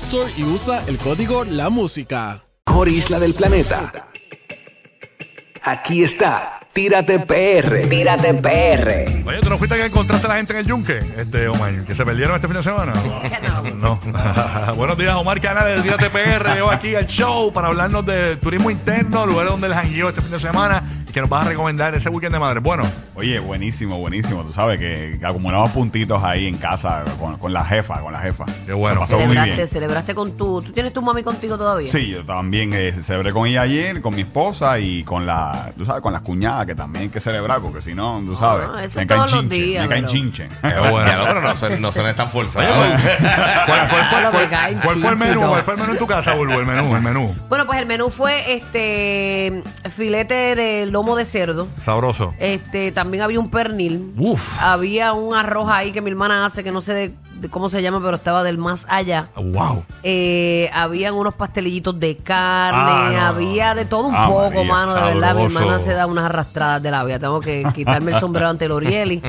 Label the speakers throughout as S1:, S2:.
S1: Store y usa el código La Música.
S2: mejor isla del planeta. Aquí está. Tírate PR. Tírate PR.
S3: Oye, ¿tú no fuiste que encontraste a la gente en el yunque? Este, Omar, que se perdieron este fin de semana. No. Buenos días, Omar Canales del Día TPR. Yo aquí al show para hablarnos de turismo interno, lugares donde el jangueo este fin de semana, que nos vas a recomendar ese weekend de madre. Bueno,
S4: Oye, buenísimo, buenísimo. Tú sabes que acumulamos puntitos ahí en casa con, con la jefa, con la jefa.
S3: Qué bueno.
S4: Lo pasó muy
S5: Celebraste,
S4: bien.
S5: celebraste con tu. ¿Tú tienes tu mami contigo todavía?
S4: Sí, yo también eh, celebré con ella ayer, con mi esposa y con la, tú sabes, con las cuñadas que también hay que celebrar porque si no, tú sabes,
S5: eso
S4: me caen
S5: todos los
S4: chinche,
S5: días,
S4: me caen
S5: pero-
S4: chinche.
S6: Qué bueno, ya, no, pero no son, no son tan forzados.
S3: eh, ¿cuál, cuál,
S5: Por lo
S3: cuál-
S5: que caen
S3: cuál fue el menú?
S5: chinchitos.
S3: ¿Cuál fue el menú en tu casa, Bulbo? El menú, el menú.
S5: Bueno, pues el menú fue este filete de lomo de cerdo.
S3: Sabroso.
S5: Este, también había un pernil.
S3: Uf.
S5: Había un arroz ahí que mi hermana hace, que no sé de, de cómo se llama, pero estaba del más allá.
S3: Wow.
S5: Eh, habían unos pastelillitos de carne,
S3: Ah, no,
S5: había de todo un
S4: Ah,
S5: poco,
S4: María,
S5: mano. De verdad, mi
S3: sabroso.
S5: hermana se da unas arrastradas de la vida. Tengo que quitarme el sombrero ante el Orieli.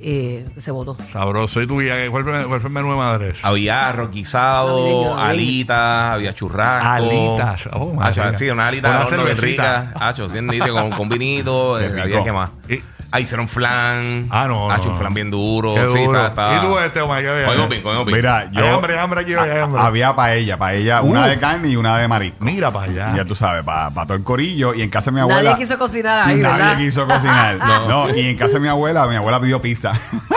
S5: Eh, se votó.
S3: Sabroso. ¿Y tu guía? ¿Cuál fue, cuál fue el menú de madres?
S6: Había arroz
S5: Navideño,
S6: guisado,
S5: navideño.
S6: alitas, había churrasco.
S3: Alitas, oh, madre
S6: Hacho,
S3: mía.
S6: sí, una alita
S3: Una
S6: al horno bien
S3: cervecita.
S6: rica. Hacho, bien rica, con, con vinito. eh,
S4: Qué
S6: había
S4: rico.
S6: que más.
S3: Y-
S6: Ah, hicieron flan.
S3: Ah, no, no,
S6: Hacho, un
S3: no.
S6: flan bien duro.
S3: Qué
S6: Sí,
S3: duro.
S6: está, está.
S3: ¿Y tú este, Omar? ¿Qué había?
S6: Comimos bien, comimos bien.
S4: Mira,
S3: Hay
S4: yo
S3: hambre, hay hambre aquí, hay
S4: a-
S3: hambre.
S4: había paella, paella,
S3: Uh.
S4: una de carne y una de marisco.
S3: Mira para allá.
S4: Ya tú sabes, para todo el corillo y en casa de mi
S5: Nadie
S4: abuela
S5: quiso cocinar ahí,
S4: nadie
S5: ¿verdad?
S4: quiso cocinar. no. y en casa de mi abuela, mi abuela pidió pizza.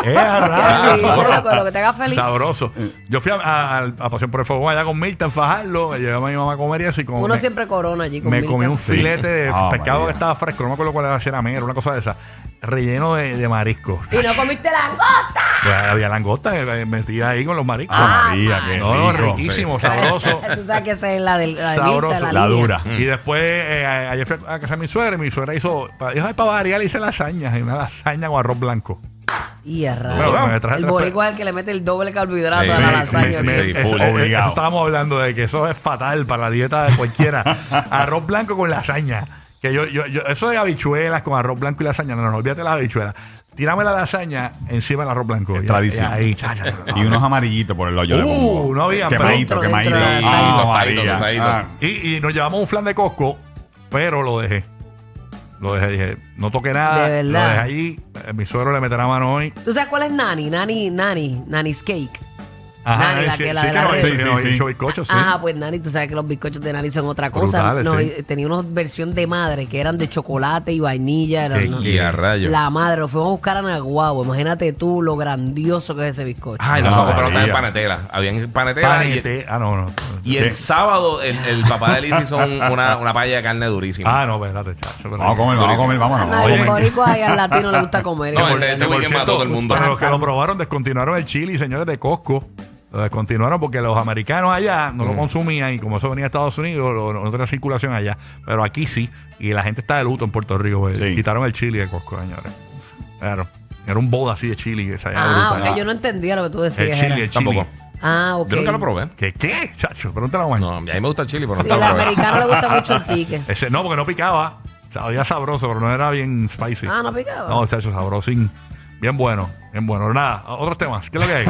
S3: Eh, a
S4: Ah.
S5: Qué
S3: rayos.
S5: rico, loco, lo que te haga feliz.
S3: Sabroso.
S4: Eh.
S3: Yo fui a, a- a Pasión por el Fuego allá con Milton Fajardo, llevé a mi mamá a comer y eso y con
S5: Uno
S3: me,
S5: siempre corona allí con
S3: me
S5: Milka.
S3: comí un
S4: Sí.
S3: filete de
S4: Ah,
S3: pescado que
S4: María.
S3: estaba fresco, no me acuerdo cuál era, si era mero, una cosa de esa, relleno de, de mariscos.
S5: Y no comiste langosta.
S3: Había langosta que me metía ahí con los mariscos.
S4: Ah,
S5: Ah,
S4: María, qué
S3: no,
S4: rico.
S3: riquísimo, sabroso.
S5: Tú sabes que esa es la del la de Milka,
S3: Sabroso.
S5: la,
S4: La
S5: niña.
S4: dura. Mm.
S3: Y después, eh, a- ayer fui a casa de mi suegra y mi suegra hizo, pa- dijo, ay, para variar, le hice lasaña, y una lasaña con arroz blanco.
S5: Y a rayos.
S3: Bueno, me traje
S5: Ah. El
S3: tres-
S5: boricua es el que le mete el doble carbohidrato
S6: Sí,
S5: a la
S6: sí,
S5: lasaña.
S6: sí, sí.
S3: Eso-
S4: full,
S3: eh,
S4: obligado.
S3: eso estábamos hablando de que eso es fatal para la dieta de cualquiera. arroz blanco con lasaña. Que yo, yo, yo- eso de habichuelas con arroz blanco y lasaña. No, no, olvídate las habichuelas. Tírame la lasaña encima del arroz blanco.
S4: Es
S3: Y-
S4: tradición.
S3: y ahí, cha, cha, cha, cha.
S4: Y unos amarillitos por el hoyo. le
S3: Uh,
S4: pongo.
S3: no había, pero
S4: Quemadito,
S5: dentro,
S4: quemadito.
S5: dentro de la
S4: Ah,
S6: salsa.
S4: María.
S6: Tostadito,
S4: Ah,
S6: tostadito.
S3: Y, y nos llevamos un flan de Costco, pero lo dejé. Lo dejé, dije, no toqué nada.
S5: De
S3: Lo
S5: verdad.
S3: dejé ahí. Eh, Mi suegro le meterá mano hoy.
S5: ¿Tú sabes cuál es Nani? Nani, Nani, Nani's Cake. Nani, la
S3: sí,
S5: que- la
S3: sí
S5: de
S3: que
S5: la
S3: nos
S5: red.
S3: hizo-
S4: Sí,
S3: nos
S4: sí,
S3: hizo
S4: sí.
S3: bizcocho, Ah, sí.
S5: Ajá, pues Nani, tú sabes que los bizcochos de Nani son otra cosa.
S3: Brutales,
S5: No,
S3: sí.
S5: y Tenía una versión de madre que eran de chocolate y vainilla. eran
S3: Qué
S5: una-
S6: Y a rayos.
S5: la madre, lo fuimos a buscar a Naguabo. Imagínate tú lo grandioso que es ese bizcocho.
S6: Ay,
S4: Ah,
S6: nosotros, pero no
S4: María.
S6: estaban en panetela. Habían panetela. y-
S3: Panete- Ah, no, no.
S6: Y el
S4: ¿Qué?
S6: sábado, el, el papá de Liz hizo un- una, una paella de carne durísima.
S3: Ah, no, espérate, chacho. pero-
S4: Vamos a comer, vamos a comer, vámonos.
S5: No,
S4: vamos a
S5: el
S4: comer.
S5: boricua y al latino le gusta comer.
S6: No,
S5: Y
S6: el de-
S5: bueno,
S6: este weekend mató a todo el mundo.
S3: Pero los que lo probaron descontinuaron el chili, señores de Costco. Lo descontinuaron porque los americanos allá
S6: Mm.
S3: no lo consumían y como eso venía de Estados Unidos, lo- no tenía circulación allá. Pero aquí sí. Y la gente está de luto en Puerto Rico. eh.
S4: Sí.
S3: Quitaron el chili de Costco, señores. Claro. Era un boda así de chili. Que sabía
S5: Ah,
S3: brutal.
S5: ok, yo no entendía lo que tú
S3: El
S5: decías. era.
S3: chili, el chili.
S6: Tampoco.
S5: Ah, ok.
S6: Yo nunca lo probé.
S3: ¿Qué, qué, chacho? Pregúntale a Juan.
S6: No, a mí me gusta el chili, pero no
S5: Sí,
S6: nunca
S5: al
S6: lo probé.
S5: americano le gusta mucho el pique.
S3: Ese, no, porque no picaba. Sabía sabroso, pero no era bien spicy.
S5: Ah, no picaba.
S3: No, chacho, sabrosín. Bien bueno. Bien bueno. Nada, otros temas. ¿Qué es lo que hay?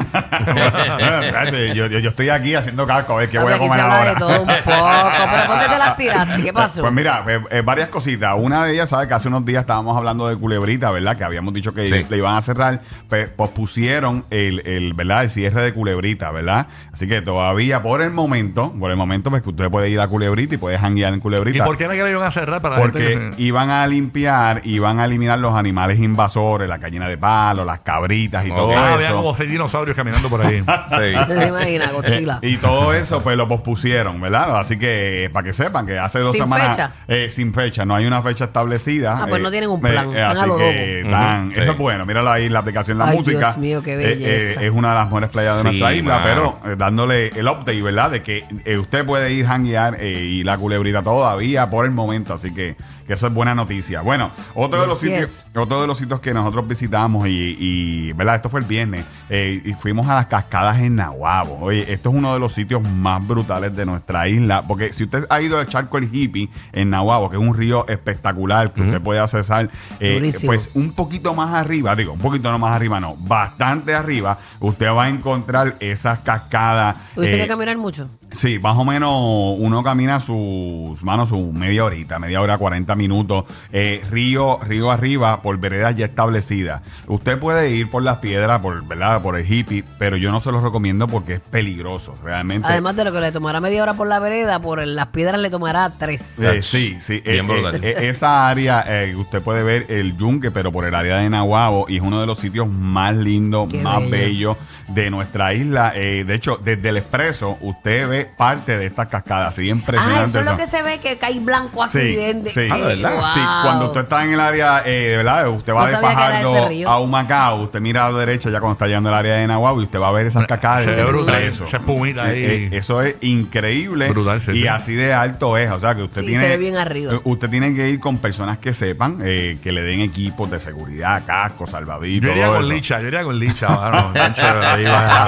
S4: Bueno, espérate, yo, yo- yo estoy aquí haciendo casco, a ver qué voy a
S5: Papi, aquí
S4: comer
S5: se habla
S4: ahora.
S5: de todo un poco. Pero ¿por qué te las tiraste? ¿Qué pasó?
S4: Pues mira, eh, eh, varias cositas. Una de ellas, ¿sabes? Que hace unos días estábamos hablando de Culebrita, ¿verdad? Que habíamos dicho que
S6: Sí.
S4: le iban a cerrar. Pues pospusieron el, el, ¿verdad? El cierre de Culebrita, ¿verdad? Así que todavía, por el momento, por el momento, pues que usted puede ir a Culebrita y puede janguear en Culebrita.
S3: ¿Y por qué no que lo iban a cerrar para la
S4: Porque
S3: gente que-
S4: iban a limpiar, iban a eliminar los animales invasores, la gallina de palo, las cabritas y
S6: Ok.
S4: todo
S3: Ah,
S4: eso.
S3: había como seis dinosaurios caminando por ahí.
S5: ¿Te
S6: Sí.
S5: imaginas, Godzilla?
S4: Eh, Y todo eso, pues lo pospusieron, ¿verdad? Así que, eh, para que sepan que hace dos
S5: Sin
S4: semanas.
S5: fecha.
S4: eh, sin fecha, no hay una fecha establecida.
S5: Ah, pues
S4: eh,
S5: no tienen un plan, van a
S4: así
S5: lo
S4: que,
S5: loco.
S4: dan-
S6: Ujú,
S4: eso
S6: sí.
S4: es bueno. Míralo ahí, la aplicación La
S5: Ay,
S4: Música.
S5: Dios mío, qué
S4: Eh,
S5: belleza.
S4: eh, es una de las mejores playas de
S6: Sí,
S4: nuestra isla,
S6: mano.
S4: pero eh, dándole el update, ¿verdad? De que eh, usted puede ir hanguear eh, y la culebrita todavía por el momento. Así que, que eso es buena noticia. Bueno, otro de los
S5: Así
S4: sitios.
S5: es.
S4: Otro de los sitios que nosotros visitamos y, y, ¿verdad? Esto fue el viernes eh, y fuimos a las cascadas en Nahuabo. Oye, esto es uno de los sitios más brutales de nuestra isla, porque si usted ha ido al charco El Hippie en Nahuabo, que es un río espectacular que usted puede accesar, eh,
S5: Durísimo.
S4: pues un poquito más arriba, digo, un poquito no más arriba, no, bastante arriba, usted va a encontrar esas cascadas.
S5: ¿Tuviste
S4: eh,
S5: que caminar mucho?
S4: Sí, más o menos uno camina sus manos su media horita, media hora, 40 minutos. eh, río, río arriba, por veredas ya establecidas. Usted puede ir por las piedras, por, ¿verdad? por el hippie, pero yo no se los recomiendo porque es peligroso, realmente.
S5: Además de lo que le tomará media hora por la vereda, por el- las piedras le tomará tres.
S4: Eh, sí, sí. eh,
S6: Bien
S4: eh,
S6: brutal.
S4: eh, esa área, eh, usted puede ver el yunque, pero por el área de Nahuabo, y es uno de los sitios más lindos,
S5: Qué
S4: más
S5: bello.
S4: bellos de nuestra isla. Eh, de hecho, desde el expreso, usted ve parte de estas cascadas. Así impresionante.
S5: Ah, eso es lo
S4: son.
S5: que se ve, que cae blanco así. de, de-
S4: sí.
S5: que-
S4: Ah, de verdad.
S5: wow.
S4: Sí, cuando usted está en el área, eh, ¿verdad? Usted va
S5: No
S4: de
S5: sabía que era ese
S4: Fajardo
S5: río.
S4: a Humacao, usted mira a la derecha ya cuando está llegando al área de Nahuatl y usted va a ver esas cascadas.
S3: Se ve
S4: desde el
S3: brutal,
S4: preso.
S3: esa espumita ahí.
S4: Eh, eh, eso es increíble.
S3: Brutal, sí,
S4: y
S3: sí.
S4: así de alto es, o sea que usted
S5: Sí,
S4: tiene...
S5: se ve bien arriba.
S4: eh, Usted tiene que ir con personas que sepan, eh, que le den equipos de seguridad, casco, salvadito,
S3: Yo iría
S4: todo
S3: con
S4: eso.
S3: licha, yo iría con licha, mano. Pancho, ahí va.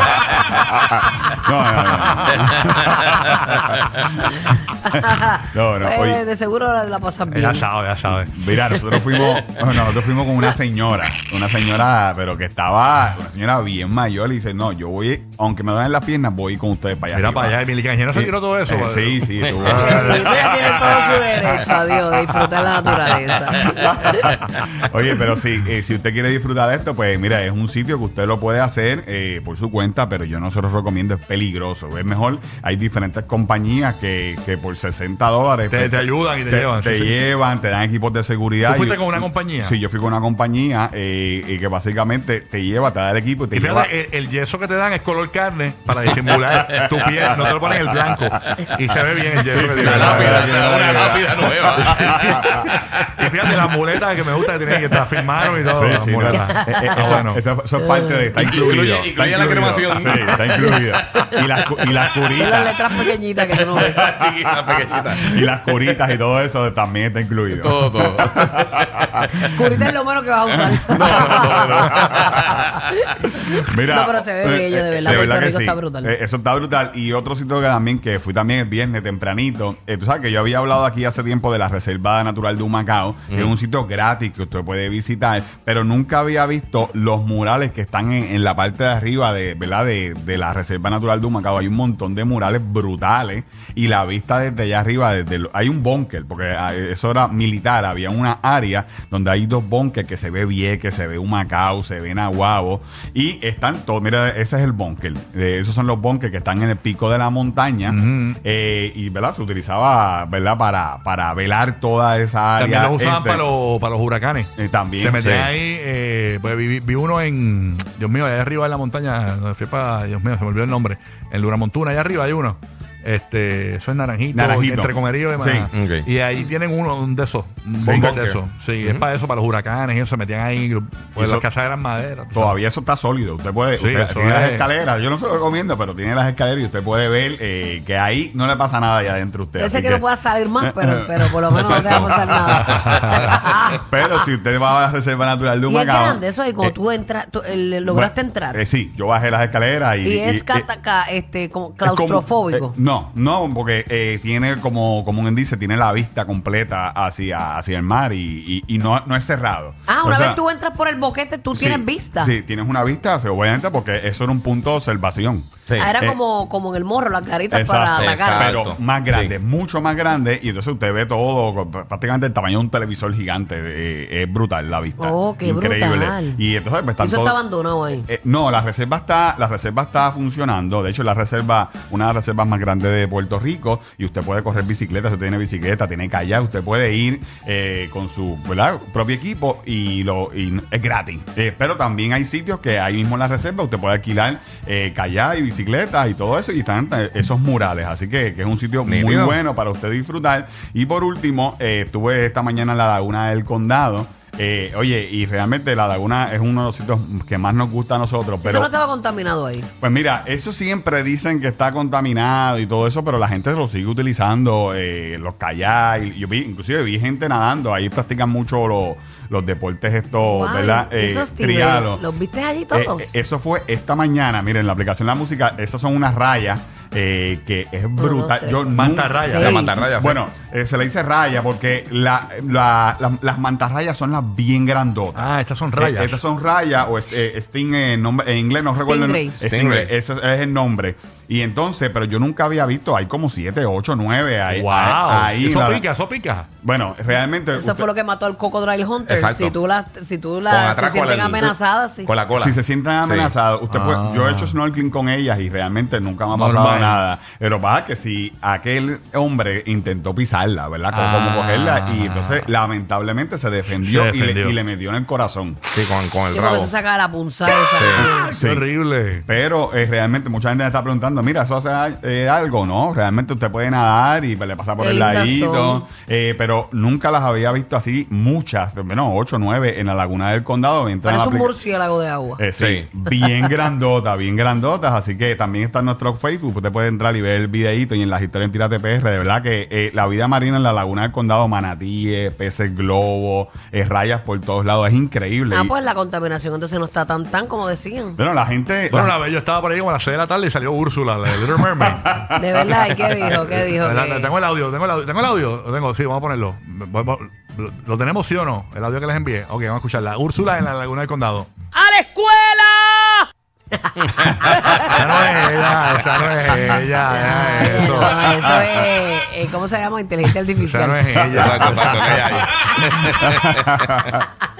S4: No, no, no, no. no, no,
S5: Pues,
S4: oye.
S5: de seguro la, la pasan bien.
S3: Ya sabe, ya sabe.
S4: Mira, nosotros fuimos, no, nosotros fuimos con una señora, una señora, pero que estaba, una señora bien mayor, y dice, no, yo voy, aunque me duelen las piernas, voy con ustedes para allá.
S3: Mira
S4: arriba".
S3: para allá, Emily Cañero se
S4: Eh,
S3: tiró todo eso. pues.
S4: eh,
S3: padre.
S4: sí, sí, tú-
S5: Ella tiene todo su derecho, adiós, de disfrutar la naturaleza.
S4: Oye, pero si, eh, si usted quiere disfrutar de esto, pues mira, es un sitio que usted lo puede hacer eh, por su cuenta, pero yo no se lo recomiendo, es peligroso. Es mejor, hay diferentes compañías que, que por 60 dólares pues,
S3: Te- te ayudan y te llevan,
S4: Te
S3: sí, sí.
S4: llevan, te dan equipos de seguridad.
S3: ¿Tú fuiste
S4: Y-
S3: con una compañía?
S4: Sí, yo fui con una compañía eh, y que básicamente te lleva, te da el equipo y te
S3: Y eh,
S4: lleva.
S3: fíjate, el, el yeso que te dan es color carne para disimular tu piel, no te lo ponen el blanco. Y se ve bien el yeso.
S4: Sí,
S3: que
S4: sí,
S3: te
S6: Una
S4: la
S3: dan.
S6: lápida, una lápida nueva.
S3: Y fíjate la muleta que me gusta que tienen que te firmaron y todo.
S4: Sí,
S3: la
S4: sí, no,
S3: muleta.
S4: eh, eh,
S3: Está
S4: eso,
S3: Ah, bueno.
S4: eso- eso es parte de. Está incluido.
S6: Incluye-
S4: está
S6: incluye la
S4: incluido.
S6: cremación.
S4: Sí, está incluido. Y las, cu- y las
S5: Son las
S4: curitas.
S5: letras pequeñitas que tú no ves.
S6: Chiquita, pequeñita.
S4: Y las curitas y todo eso también está incluido.
S6: Todo, todo.
S5: Curita es lo menos que vas a usar.
S4: No, no, no. Mira,
S5: No, pero se ve
S4: eh,
S5: bello, de
S4: eh,
S5: verdad,
S4: se
S5: Puerto
S4: que
S5: Rico está brutal.
S4: Eh, eso está brutal. Y otro sitio que también que fui también el viernes tempranito. eh, tú sabes que yo había hablado aquí hace tiempo de la Reserva Natural de Humacao, que es un sitio gratis que usted puede visitar, pero nunca había visto los murales que están en, en la parte de arriba de, ¿verdad? De, de la Reserva Natural de Humacao. Hay un montón de murales brutales y la vista desde allá arriba, desde lo- hay un búnker, porque ah, eso era militar, había una área donde hay dos búnkeres que se ve Vieques, se ve Humacao, se ve Nahuabo y están todos, mira, ese es el búnker, Eh, esos son los búnkeres que están en el pico de la montaña eh, y, ¿verdad? Se utilizaba, ¿verdad? Para, para velar toda esa área.
S3: También los usaban
S4: este,
S3: para, los, para los huracanes.
S4: eh, también,
S3: Se metían
S4: sí.
S3: ahí, eh, pues vi, vi uno en, Dios mío, allá arriba en la montaña, donde fui para, Dios mío, se me olvidó el nombre, en Duramontuna, allá arriba hay uno. Este, eso es naranjito,
S4: Naranjito.
S3: entre comerío y demás.
S6: Sí. Ok.
S3: Y ahí tienen uno, un de esos, un
S4: Sí.
S3: búnker de
S6: Búnker.
S3: esos. Sí, es para eso, para los huracanes, ellos se metían ahí, pues
S4: Eso-
S3: las casas eran madera. tú
S4: Todavía eso está sólido. Usted puede,
S3: Sí,
S4: usted
S3: eso
S4: tiene las
S3: es.
S4: escaleras. Yo no se lo recomiendo, pero tiene las escaleras y usted puede ver eh, que ahí no le pasa nada allá adentro a usted.
S5: Yo sé
S4: Así
S5: que
S4: que-
S5: no pueda salir más, pero, pero por lo menos no te va a pasar nada.
S4: pero si usted va a la Reserva Natural de
S5: y es
S4: Humacao.
S5: grande eso, y cuando
S4: eh,
S5: tú entras, tú, eh, le- lograste
S4: bueno,
S5: entrar.
S4: eh, sí, yo bajé las escaleras y.
S5: y
S4: y-
S5: es
S4: eh,
S5: cataca, este, como
S4: es como-
S5: claustrofóbico.
S4: eh, no, No, no, porque eh, tiene, como, como un dice, tiene la vista completa hacia, hacia el mar y, y- y no, no es cerrado. mm,
S5: Ah,
S4: O
S5: una
S4: sea,
S5: vez tú entras por el boquete, tú
S4: sí,
S5: tienes vista.
S4: Sí, tienes una vista, hacia- obviamente, porque eso era un punto de observación.
S6: Sí.
S5: Ah, era
S4: Eh,
S5: como, como en el morro, las caritas para
S4: Exacto,
S5: atacar.
S6: exacto.
S4: Pero más grande,
S6: Sí.
S4: mucho más grande. Y entonces usted ve todo, con pr- prácticamente el tamaño de un televisor gigante. eh, es brutal la vista.
S5: Oh, qué brutal.
S4: Y entonces pues, están
S5: Eso
S4: todos-
S5: está abandonado ahí.
S4: Eh, no, la reserva está, la reserva está funcionando. De hecho, la reserva, una de las reservas más grandes de Puerto Rico, y usted puede correr bicicleta, si usted tiene bicicleta, tiene kayak, usted puede ir eh, con su ¿verdad? propio equipo y lo y n- es gratis. Eh, pero también hay sitios que ahí mismo en la reserva usted puede alquilar eh, kayak y bicicleta y todo eso, y están eh, esos murales. Así que, que es un sitio muy
S6: Nítido.
S4: bueno para usted disfrutar. Y por último, eh, estuve esta mañana en la laguna del condado. Eh, oye, y realmente la laguna es uno de los sitios que más nos gusta a nosotros. Pero,
S5: Eso no estaba contaminado ahí.
S4: Pues mira, eso siempre dicen que está contaminado y todo eso, pero la gente lo sigue utilizando, eh, los kayak. Yo vi, inclusive vi gente nadando, ahí practican mucho los, los deportes estos,
S5: Guay,
S4: ¿verdad? Eh,
S5: esos tiburones,
S4: trialos.
S5: ¿Los viste allí
S4: Eh,
S5: todos?
S4: eh, eso fue esta mañana. Miren, la aplicación La Música, esas son unas rayas eh, que es brutal.
S5: tres,
S4: Yo
S5: cuatro,
S4: mantarraya.
S5: seis.
S4: La
S5: La
S4: mantarraya.
S6: mantarraya, sí.
S4: Bueno, eh, se le dice raya porque la- la- la- las mantarrayas son las bien grandotas.
S3: Ah, estas son rayas.
S4: Eh, estas son rayas o es- eh, sting en, nombre- en inglés, no recuerdo. el-
S5: Stingray.
S4: Stingray.
S6: Stingray.
S4: Ese es el nombre. Y entonces, pero yo nunca había visto, hay como 7, 8, 9. Ahí,
S3: wow.
S4: ahí,
S3: eso
S4: la-
S3: pica, eso pica.
S4: Bueno, realmente.
S5: Eso
S4: usted-
S5: fue lo que mató al Crocodile Hunter.
S6: Exacto.
S5: Si tú las si tú
S6: Con
S5: la, se
S6: atrás, con
S5: sienten
S6: el-
S5: amenazadas, sí.
S6: Con la cola.
S4: Si se sienten
S6: Sí.
S4: amenazados, usted puede- yo he hecho snorkeling con ellas y realmente nunca me ha pasado
S3: Ah. Normal.
S4: nada. Pero pasa que si aquel hombre intentó pisarla, ¿verdad? Co- Como,
S3: Ah.
S4: cogerla y entonces lamentablemente se defendió,
S3: Se
S4: y le-
S3: defendió.
S4: Y, le, metió en el corazón.
S6: Sí, con, con el
S5: Sí, porque
S6: rabo.
S5: eso saca la punzada esa.
S3: Qué
S4: Sí.
S3: horrible.
S4: Pero eh, realmente mucha gente me está preguntando, mira, ¿eso hace eh, algo? No, realmente usted puede nadar y pues, le pasa por
S5: Qué
S4: el
S5: lindas
S4: ladito.
S5: son.
S4: Eh, pero nunca las había visto así muchas, bueno, ocho, nueve en la laguna del condado. Entran a la
S5: Parece un
S4: aplica-
S5: murciélago de agua.
S4: Eh, sí,
S6: Sí.
S4: bien grandota, bien grandotas. Así que también está en nuestro Facebook. Usted puede entrar y ver el videíto y en las historias en Tírate PR. De verdad que eh, la vida marina en la laguna del condado, manatíes, peces globo, eh, rayas por todos lados, es increíble.
S5: ah,
S4: Y-
S5: pues la contaminación entonces no está tan tan como decían.
S4: bueno, la gente.
S3: Bueno,
S4: la-
S3: la, yo estaba por ahí como a las 6 de la tarde y salió Úrsula, la de Little Mermaid.
S5: De verdad, ¿y ¿qué dijo? ¿Qué dijo?
S3: Eh, La-
S5: que-
S3: la- Tengo el audio, tengo el audio, tengo el audio, Lo tengo, sí, vamos a ponerlo. Va- va- ¿Lo, lo tenemos sí o no? El audio que les envié. Ok, vamos a escucharla. Úrsula en la Laguna del Condado.
S5: ¡A la escuela!
S3: Esa no es ella, esa no es ella,
S5: Ah,
S3: ella, eso.
S5: no, eso es, eh, ¿cómo se llama? Inteligencia
S3: Esa no es
S5: artificial.
S3: ella.
S6: Exacto, exacto. que hay ahí.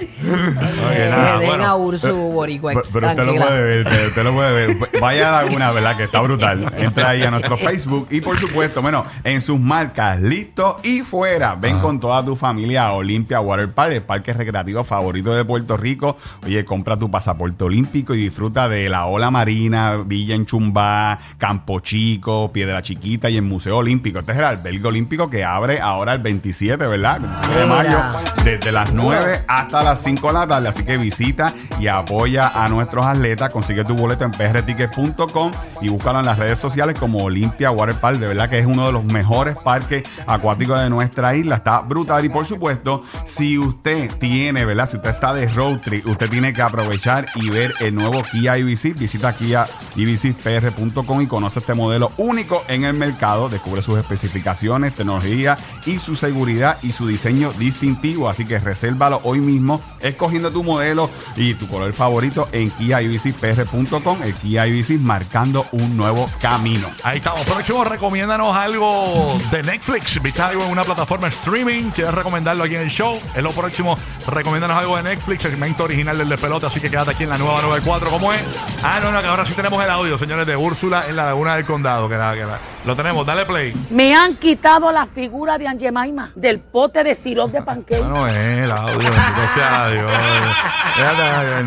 S3: Ok,
S5: Eh,
S3: nada,
S5: den
S3: bueno. Eh,
S5: a Ursu Boricua.
S4: Pero, pero usted lo
S5: tranquila.
S4: puede ver, usted, usted lo puede ver. Vaya a Laguna, ¿verdad? Que está brutal. Entra ahí a nuestro Facebook y por supuesto, bueno, en sus marcas, listo y fuera. Ven con toda tu familia a Olimpia Water Park, el parque recreativo favorito de Puerto Rico. Oye, compra tu pasaporte olímpico y disfruta de la ola marina, Villa en Chumbá, Campo Chico, Piedra Chiquita y el Museo Olímpico. Este es el albergue olímpico que abre ahora el 27, ¿verdad? El 27 de mayo, desde las 9 hasta las 5 de la tarde. Así que visita y apoya a nuestros atletas. Consigue tu boleto en prtickets.com y búscalo en las redes sociales como Olimpia Water Park. De verdad que es uno de los mejores parques acuáticos de nuestra isla. Está brutal. Y por supuesto, si usted tiene, ¿verdad? Si usted está de road trip, usted tiene que aprovechar y ver el nuevo Kia IBC. Visita Kia ibcpr.com y conoce este modelo único en el mercado. Descubre sus especificaciones, tecnología y su seguridad y su diseño distintivo. Así que resérvalo hoy mismo escogiendo tu modelo y tu color favorito en kiaibcpr.com. El Kia IBC marcando un nuevo camino.
S3: Ahí estamos. Próximo, recomiéndanos algo de Netflix. ¿Viste algo en una plataforma streaming? ¿Quieres recomendarlo aquí en el show? Es lo próximo. Recomiéndanos algo de Netflix, segmento original del despelote. Así que quédate aquí en la nueva 94. ¿Cómo es? Ah, no, no, que ahora sí tenemos el audio, señores, de Úrsula en la Laguna del Condado. Que la, que la- lo tenemos. Dale play.
S7: Me han quitado la figura de Angemaima del pote de sirope de panqueca.
S3: eh, Bueno, el audio, bendito sea Dios. Fíjate,